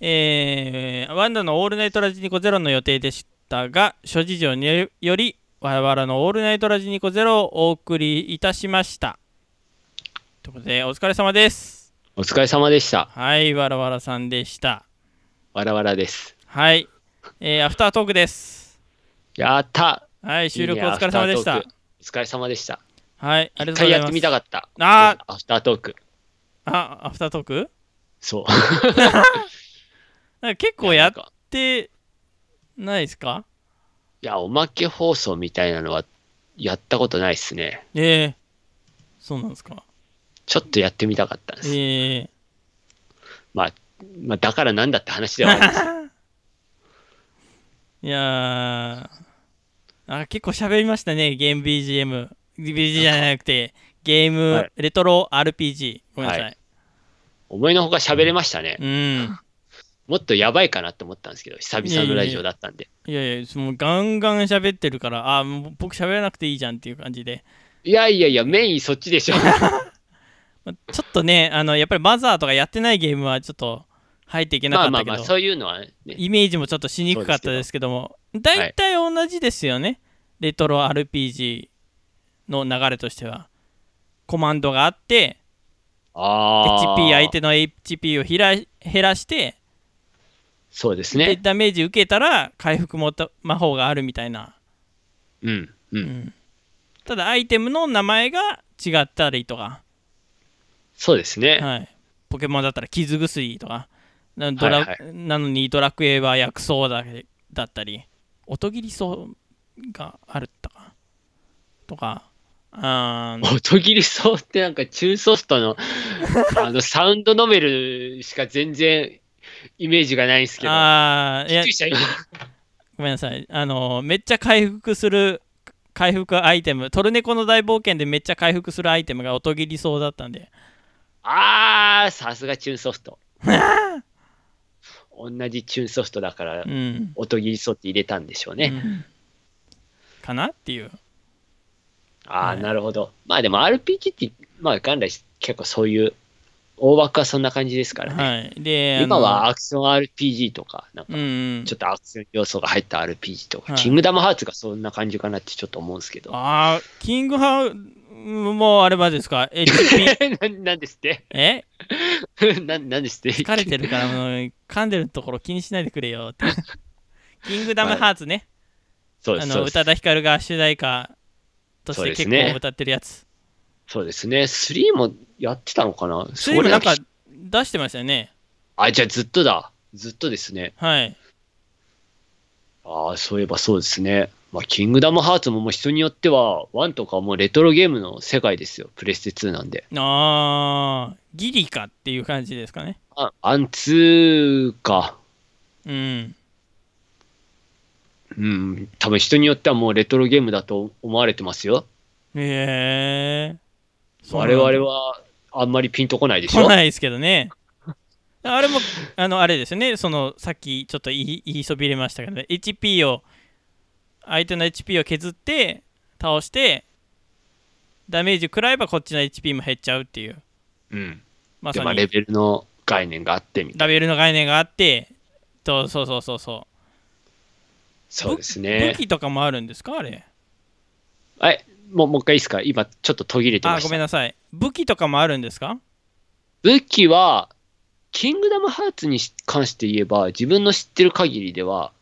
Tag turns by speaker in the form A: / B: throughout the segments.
A: えーワンダのオールナイトラジニコゼロの予定でしたが、諸事情により、我々のオールナイトラジニコゼロをお送りいたしました。ということで、お疲れ様です。
B: お疲れ様でした。
A: はい、わらわらさんでした。
B: わらわらです。
A: はい、えーアフタートークです。
B: やった
A: はい、収録お疲れ様でし。
B: いい
A: た
B: ねアフタートーク。お疲れ様でした。
A: はい、ありがとう
B: 一回
A: ござい
B: や
A: ます。
B: ってみたかった。
A: あ
B: アフタートーク。
A: あ、アフタートーク
B: そう。
A: なんか結構やっ
B: なんか
A: てないですか
B: いや、おまけ放送みたいなのはやったことないっすね。
A: ええそうなんですか。
B: ちょっとやってみたかったんです。
A: ええ
B: まあ、まあ、だからなんだって話ではあります。
A: いやーあ結構喋りましたね、ゲーム BGM。BGM じゃなくて、ゲーム、
B: はい
A: レトロ RPG。ごめんなさい。
B: は 思いのほか喋れましたね。
A: うん。
B: もっとやばいかなって思ったんですけど、久々のラジオだったんで。
A: いやいや、そのガンガン喋ってるから、あもう僕喋らなくていいじゃんっていう感じで。
B: いやいやいや、メインそっ ちでしょ。
A: まちょっとね、あの、やっぱりマザーとかやってないゲームはちょっと入っていけな
B: ま
A: か
B: あ
A: っ
B: ま
A: た
B: あ
A: けど、
B: まあ、そういうのはね。
A: イメージもちょっとしにくかったですけども、大体同じですよね、レトロ RPG の流れとしては。コマンドがあって、
B: ああ。
A: HP 相手の HP をひら減らして、
B: そうです
A: で
B: ね。
A: ダメージ受けたら回復もと魔法があるみたいな、
B: うん。
A: う
B: う。
A: んんただアイテムの名前が違ったりとか、
B: そうですね。
A: はい、ポケモンだったら傷薬とかなドラ、
B: はい
A: なのにドラクエは薬草だだったり音切り草があるったかとかあー
B: 音切りそうってなんか中ソ フトのあのサウンドノベルしか全然イメージがないんですけど。
A: あーい
B: びっ
A: や
B: くりした今
A: ごめんなさい。あの、めっちゃ回復する、回復アイテム、トルネコの大冒険でめっちゃ回復するアイテムが音切りそうだったんで。
B: あー、さすがチューンソフ ト。同じチューンソフトだから
A: う、ん。
B: 音切りそうって入れたんでしょうね。
A: うんかなっていう。
B: あ
A: は
B: ー、
A: い
B: なるほど。まあでも RPG って、まあ元来結構そういう、大枠はそんな感じですからね。
A: はい。で、
B: 今
A: あ
B: はアクション RPG とか、なんか
A: の、うんうん。
B: ちょっとアクション要素が入った RPG とか、
A: はい
B: キングダムハーツがそんな感じかなってちょっと思うんですけど。
A: あーキングハウもうあれはですか ?HP。
B: ななんですって
A: え
B: ななんですって
A: 疲れてるから、もう噛んでるところ気にしないでくれよって。キングダムハーツね。
B: そうで
A: あ
B: すそ
A: の、宇
B: うです
A: 多田ヒカルが主題歌とし
B: そう
A: て
B: です
A: 結
B: ね
A: 構歌ってるやつ。
B: そうですね。3もやってたのかな
A: それも
B: 俺
A: なんか出してましたよね。
B: あ、じゃあずっとだ。ずっとですね。
A: はい。
B: ああ、そういえばそうですね。まあ、キングダムハーツももう人によっては、1とかはもうレトロゲームの世界ですよ。プレステ2なんで。
A: ああ、ギリかっていう感じですかね。
B: あ、アン2か。
A: うん。
B: うん、多分人によってはもうレトロゲームだと思われてますよ。
A: へえ。そうなん
B: 我
A: だ
B: 々はあんまりピンとこないでしょ
A: 来ないですけどね。あれも、あの、あれですよね。その、さっきちょっと言い言いそびれましたけど、HP を、相手の HP を削って、倒して、ダメージ食らえばこっちの HP も減っちゃうっていう。
B: うん。
A: ま
B: で、
A: さ
B: まあ、レ
A: に、
B: ベルの概念があってみたいな。
A: ラベルの概念があって、とそうそうそうそう。
B: そうです
A: 武
B: ね。
A: 器とかもあるんですかあれ。
B: はい、もう、もう一回いいですか今、ちょっと途切れて
A: あ
B: ま
A: ー、ご
B: し
A: めん
B: た。
A: なさい。武器とかもあるんですか
B: 武器は、キングダムハーツに関して言えば、自分の知ってる限りでは、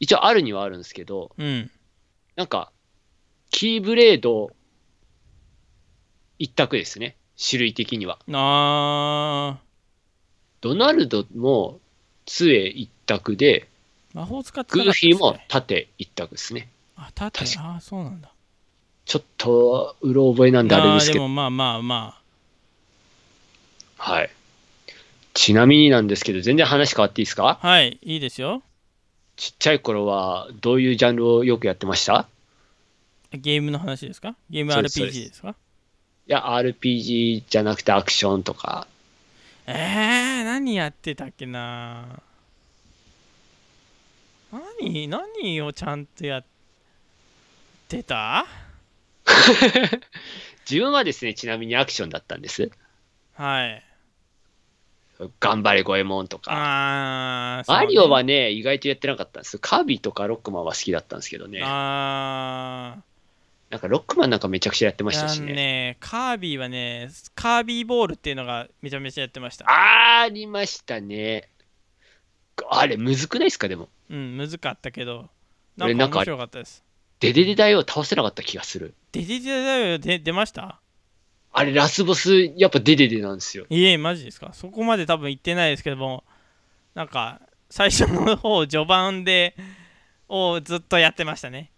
B: 一応あるにはあるんですけど、
A: うん。
B: なんか、キーブレード一択ですね。種類的には。
A: あ
B: ドナルドも杖一択で、
A: ー魔法使って
B: グ
A: なかっ
B: ーフ
A: た
B: ィーも
A: ですね
B: 盾一択ですね。
A: あ盾
B: 確
A: あーそうなんだ
B: ちょっと、うろ覚えなんであれ
A: あ
B: で
A: ー
B: す
A: で
B: け
A: も
B: ど、
A: まあまあま
B: はい。ちなみになんですけど、全然話変わっていいですか
A: あはいいいですよ
B: ちっちゃい頃はどういうジャンルをよくやってました
A: ゲームの話ですかゲーム
B: そうですそうです
A: RPG ですか
B: いや、RPG じゃなくてアクションとか。
A: えー、何やってたっけな何何をちゃんとやってた
B: 自分はですね、ちなみにアクションだったんです。
A: はい
B: 頑張れゴエモンとか。
A: あーそうね
B: マリオはね、意外とやってなかったんですカービィとかロックマンは好きだったんですけどね。
A: あー
B: なんかロックマンなんかめちゃくちゃやってました
A: あ
B: し
A: の
B: ね。
A: ねカービィはねカービィボールっていうのがめちゃめちゃやってました
B: あーありましたね。あれ、むずくないですかでも。
A: うん難かったけどな
B: 俺
A: んか
B: なんか
A: 面白かったです
B: デデデ大を倒せなかった気がする。
A: デデデだよで出ました
B: あれ、ラスボス、やっぱデデデなんですよ。
A: いえマジですかそこまで多分行ってないですけどもなんか最初の方序盤でをずっとやってましたね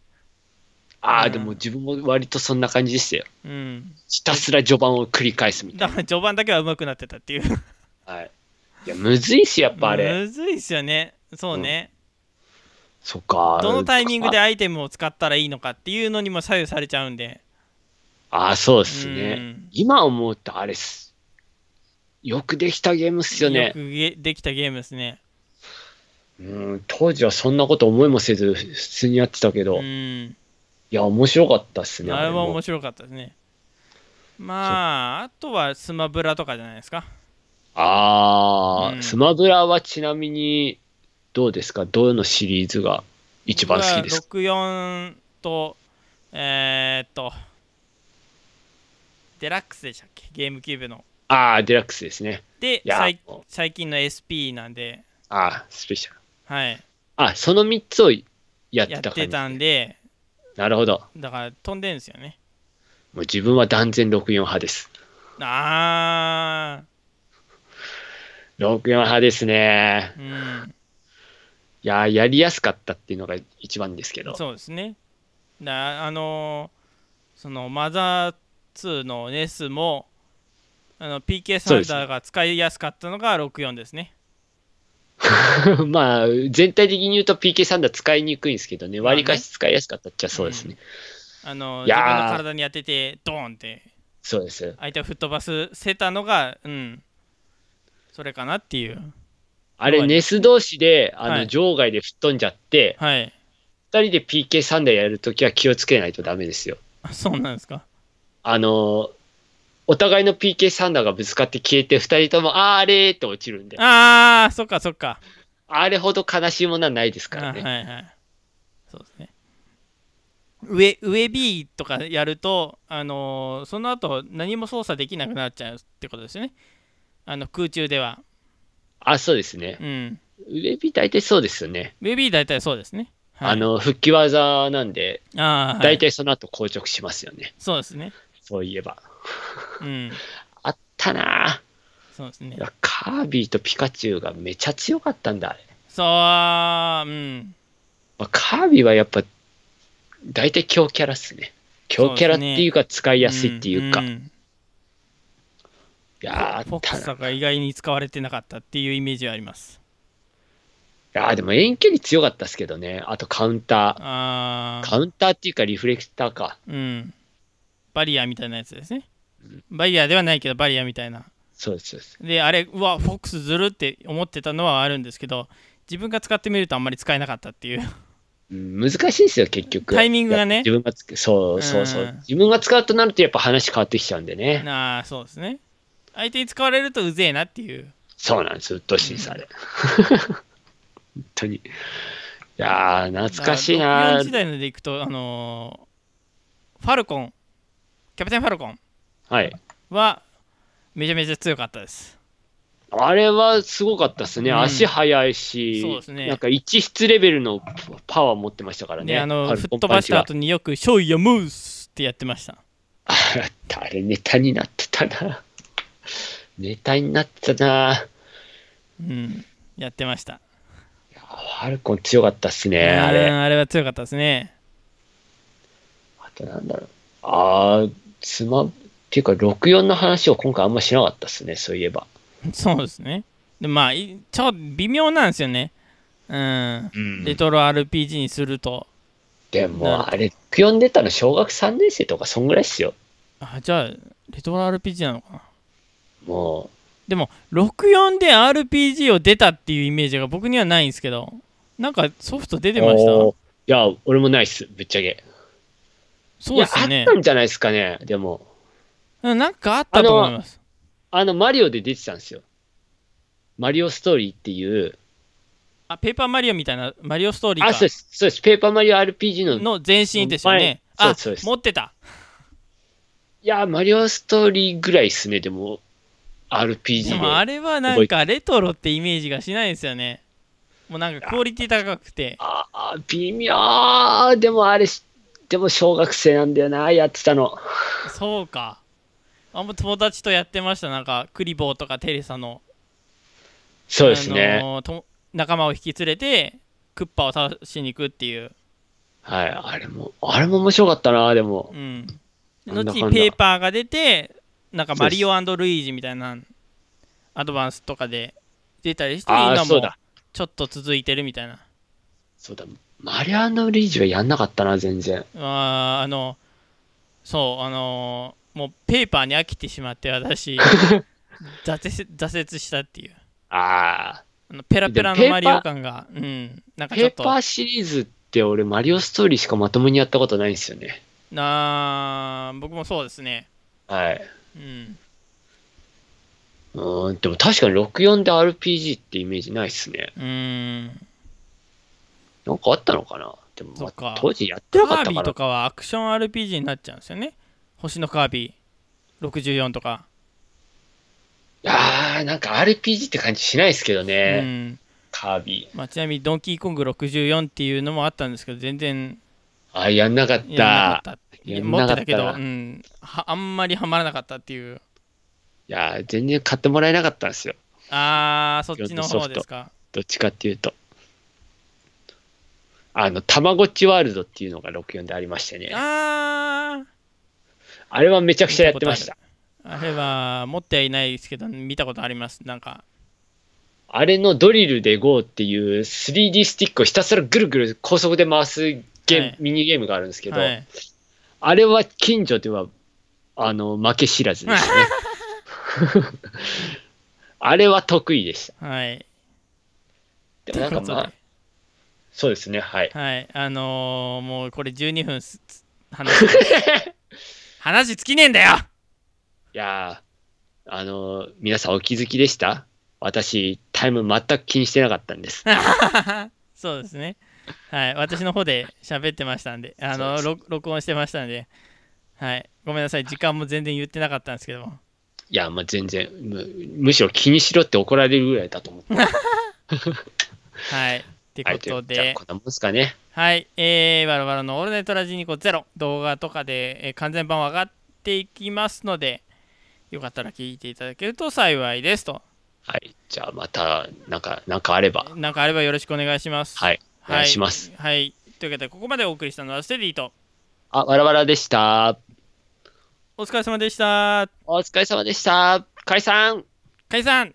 B: ああ、
A: うん
B: でも自分も割とそんな感じでしたよ。
A: うん
B: ひたすら序盤を繰り返すみた
A: だ
B: い
A: から序盤だけは上手くなってたっていう
B: な。はい。いや、むずいっすよ、やっぱあれ。
A: むずいっすよねそうね、
B: そっか。
A: どのタイミングで
B: あ
A: アイテムを使ったらいいのかっていうのにも左右されちゃうんで
B: あー、そうで
A: です
B: ね。今思うとあれっす。よくできたゲームっすよね
A: よ。くげできたゲームですね
B: うん、当時はそんなこと思いもせず、普通にやってたけど、
A: う
B: い
A: ん
B: や、面白かったっすね。
A: あれは面
B: も
A: 白かったですねまああとはスマブラとかじゃないですか
B: あー、
A: うん
B: スマブラはちなみに、どうですかどのシリーズが一番好きですか
A: 僕は64とえー、っとデラックスでしたっけゲームキューブの
B: ああ、デラックスですね。
A: で
B: いや
A: 最
B: もう
A: 最近の SP なんで
B: ああ、スペシャル。
A: はい
B: あ、その3つをやって
A: や
B: た感
A: っ
B: じ。
A: てたんで
B: なるほど。
A: だから飛んでんですよね
B: もう自分は断然64派です。
A: あ
B: 64派ですね
A: あ。うん
B: いやー、やりやすかったっていうのが一番ですけど。
A: そうですねだあのーそのマザー2の NES もあの PK サ
B: そう
A: ン
B: ですね
A: ダーが使いやすかったのが64ですね
B: まあ、全体的に言うと PK サンダー使いにくいんですけどね、
A: まあね
B: 割りかし使いやすかったっちゃそうですね。
A: あの
B: いや
A: 自
B: ー
A: 分の体に当ててドーンって
B: そうです。
A: 相手を吹っ飛ばすせたのがうんそれかなっていう
B: あれ、
A: はい
B: ネス同士で、あ
A: は
B: の、
A: い
B: 場外で吹っ飛んじゃって、
A: はい
B: 二人で PK サンダーやるときは気をつけないとダメですよ。
A: あそうなんですか
B: あのー、お互いの PK サンダーがぶつかって消えて、二人とも、あーれーって落ちるんで、
A: ああそっかそっか
B: あれほど悲しいものはないですから
A: あ
B: ね。
A: はいはいそうですね上上 B とかやると、あのーその後何も操作できなくなっちゃうってことですよねあの空中では
B: あ、そうですね。
A: うん
B: 上火大体そうですよね。
A: 上 B 大体そうですね、はい、
B: あの、復帰技なんで、
A: あー、はい
B: 大体その後硬直しますよね。
A: そうですね
B: そういえば。
A: うん
B: あったなぁ。
A: そうですね
B: いやカービィとピカチュウがめちゃ強かったんだ、あれ。
A: そううん
B: まあ、カービィはやっぱ、大体強キャラっすね。強キャラっていうか、使いやすいっていうか。
A: ん
B: い
A: ん
B: や
A: フォ
B: ー、
A: ック
B: た
A: ス
B: だい
A: とか意外に使われてなかったっていうイメージはあります
B: やーでも遠距離強かったっすけどね。あとカウンタ
A: ああ
B: ー。カウンターっていうか、リフレクターか。
A: うんバリアみたいなやつですねバリアではないけどバリアみたいな
B: そうです、そうです。
A: であれうわフォックスずるって思ってたのはあるんですけど自分が使ってみるとあんまり使えなかったっていう
B: うん難しいんですよ、結局。
A: タイミングがね
B: やっぱ自分がつく、そうそうそう
A: うん。
B: 自分が使うとなると、やっぱ話変わってきちゃうんでね。
A: なあそうですね相手に使われるとうぜえなっていう
B: そうなんです、うっとうしいさ、あれ。本当に。いやー、懐かしい
A: だから
B: な
A: 64時代のでいくとあのーファルコンキャプテンファルコン
B: はい。
A: はめちゃめちゃ強かったです
B: あれはすごかったですね。
A: うん
B: 足速いし、
A: そうですね
B: なんか一室レベルのパワー持ってましたからね。
A: であの
B: パル
A: 吹
B: コ
A: っ
B: ン
A: 飛
B: パ
A: ば
B: ン
A: し
B: チが
A: た後によく「ショイヤムース!」ってやってました
B: ああれネタになってたな。 ネタになってたな。い
A: うんやってました
B: やファルコン強かったっすね、あ
A: う
B: れ。
A: んあれは強かったですね
B: あとなんだろう。あー、スマ、っていうか64の話を今回あんましなかったっすね、そういえば。
A: そうですね。でまあ、いちょっと微妙なんですよね。うん。レトロ RPG にすると。
B: で
A: なる
B: も、
A: と
B: あれ、64出たの小学3年生とか、そんぐらいっすよ。
A: あ、じゃあ、レトロ RPG なのかな。
B: も
A: でも、64で RPG を出たっていうイメージが僕にはないんですけど、なんかソフト出
B: う。
A: てました
B: おーいや、俺もないっす、ぶっちゃけ。
A: そうですよ
B: いや、あ
A: ね
B: った。んじゃないですかね、でも。
A: うんなんかあったと思います。
B: あの、マリオで出てたんですよ。マリオストーリーっていう、
A: あ、ペーパーマリオみたいな、マリオストーリー
B: あ、
A: か
B: そうです、そうです、ペーパーマリオ RPG の、
A: の前身ですよね。
B: 前
A: あ
B: そうですそうです、
A: 持ってた。
B: いやー、マリオストーリーぐらいですね、でも、
A: で
B: RPG
A: も
B: で。
A: あれはなんかレトロってイメージがしないですよね。もうなんかクオリティ高くて。
B: ああ、微妙ーでもあれ、でも小学生なんだよな、やってたの。
A: そうか。あんま友達とやってました。なんかクリボーとかテレサの
B: そうですね。
A: あのーと仲間を引き連れてクッパを倒しに行くっていう、
B: はい、あれも、あれも面白かったな、でも
A: う。ん、
B: なんだかんだ
A: 後にペーパーが出てなんか
B: そう
A: マ
B: です
A: リオルイージみたいなアドバンスとかで出たりして今
B: ああ、そう
A: も
B: だ。
A: ちょっと続いてるみたいな
B: そうだ。マリアンドリージはやんなかったな、全然。
A: あーあのそうあのーもうペーパーに飽きてしまって 私挫折挫折したっていう
B: あ
A: あのペラペラ
B: でも
A: の
B: ペー
A: マ
B: パー
A: リオ感がうんなん
B: あ、
A: かちょ
B: ペ
A: っ
B: ー
A: と
B: パーシリーズって俺、マリオストーリーしかまともにやったことないんですよね。
A: なー僕もそうですね
B: はい。
A: うん
B: うーん、でも確かに64で RPG ってイメージないっすね。
A: うーん
B: なんかあったのかなでも、まあ
A: そっか
B: 当時やってなか
A: カ
B: っ
A: ー
B: た
A: ビ
B: か
A: ィと
B: ら。
A: かはアクション RPG になっちゃうんですよね。星のカービィ64とか。
B: ああ、なんか RPG って感じしないですけどね。
A: うん
B: カービィ。
A: まあ、ちなみにドンキーコング64っていうのもあったんですけど、全然
B: あやんなかっ
A: やらな
B: た。
A: かった。
B: やん
A: 持
B: な
A: っ
B: か
A: て
B: った
A: たけど、うんは、あんまりハマらなかったっていう。
B: いやー、全然買ってもらえなかったんですよ。
A: あー、そっちの方ですか。
B: どっちかっていうと。あの、たまごっちワールドっていうのが64でありましてね。あ
A: あー、
B: れはめちゃくちゃやってました。
A: あれは持ってはいないですけど、見たことあります。なんか、
B: あれのドリルで GO っていう 3D スティックをひたすらぐるぐる高速で回すゲーム、
A: はい
B: ミニゲームがあるんですけど、
A: はい、
B: あれは近所では、あの、負け知 らずでしたね。あれは得意でした。
A: はい。
B: でもなんか
A: という
B: ま
A: こ
B: あ、そうですね、はい。
A: とではい、あのー、もうこれ12分すつ 話が話尽きねえんだよ
B: いやー、あのー皆さんお気づきでした私、タイム全く気にしてなかったんです。
A: そうですね。はい、私の方で喋ってましたんで、あの
B: そう
A: 録録音してましたんで、はい、ごめんなさい、時間も全然言ってなかったんですけども。
B: いや、まあ、全然む、むしろ気にしろって怒られるぐらいだと思って。
A: はい、って
B: は
A: こ
B: い、
A: と
B: ということでじゃあ
A: で、
B: こんなもんですかね。
A: はい、えー、バラバラのオールナイトラジニコゼロ動画とかで、えー完全版は上がっていきますので、よかったら聞いていただけると幸いですと。
B: はい、じゃあまた、なんか、なんかあれば、
A: なんかあればよろしくお願いします。
B: はい、お
A: はい、
B: 願いします。。
A: はい、というわけで、ここまでお送りしたのはステディと、
B: あ、わらわらでした。
A: お疲れ様でした。
B: お疲れ様でした。解散
A: 解散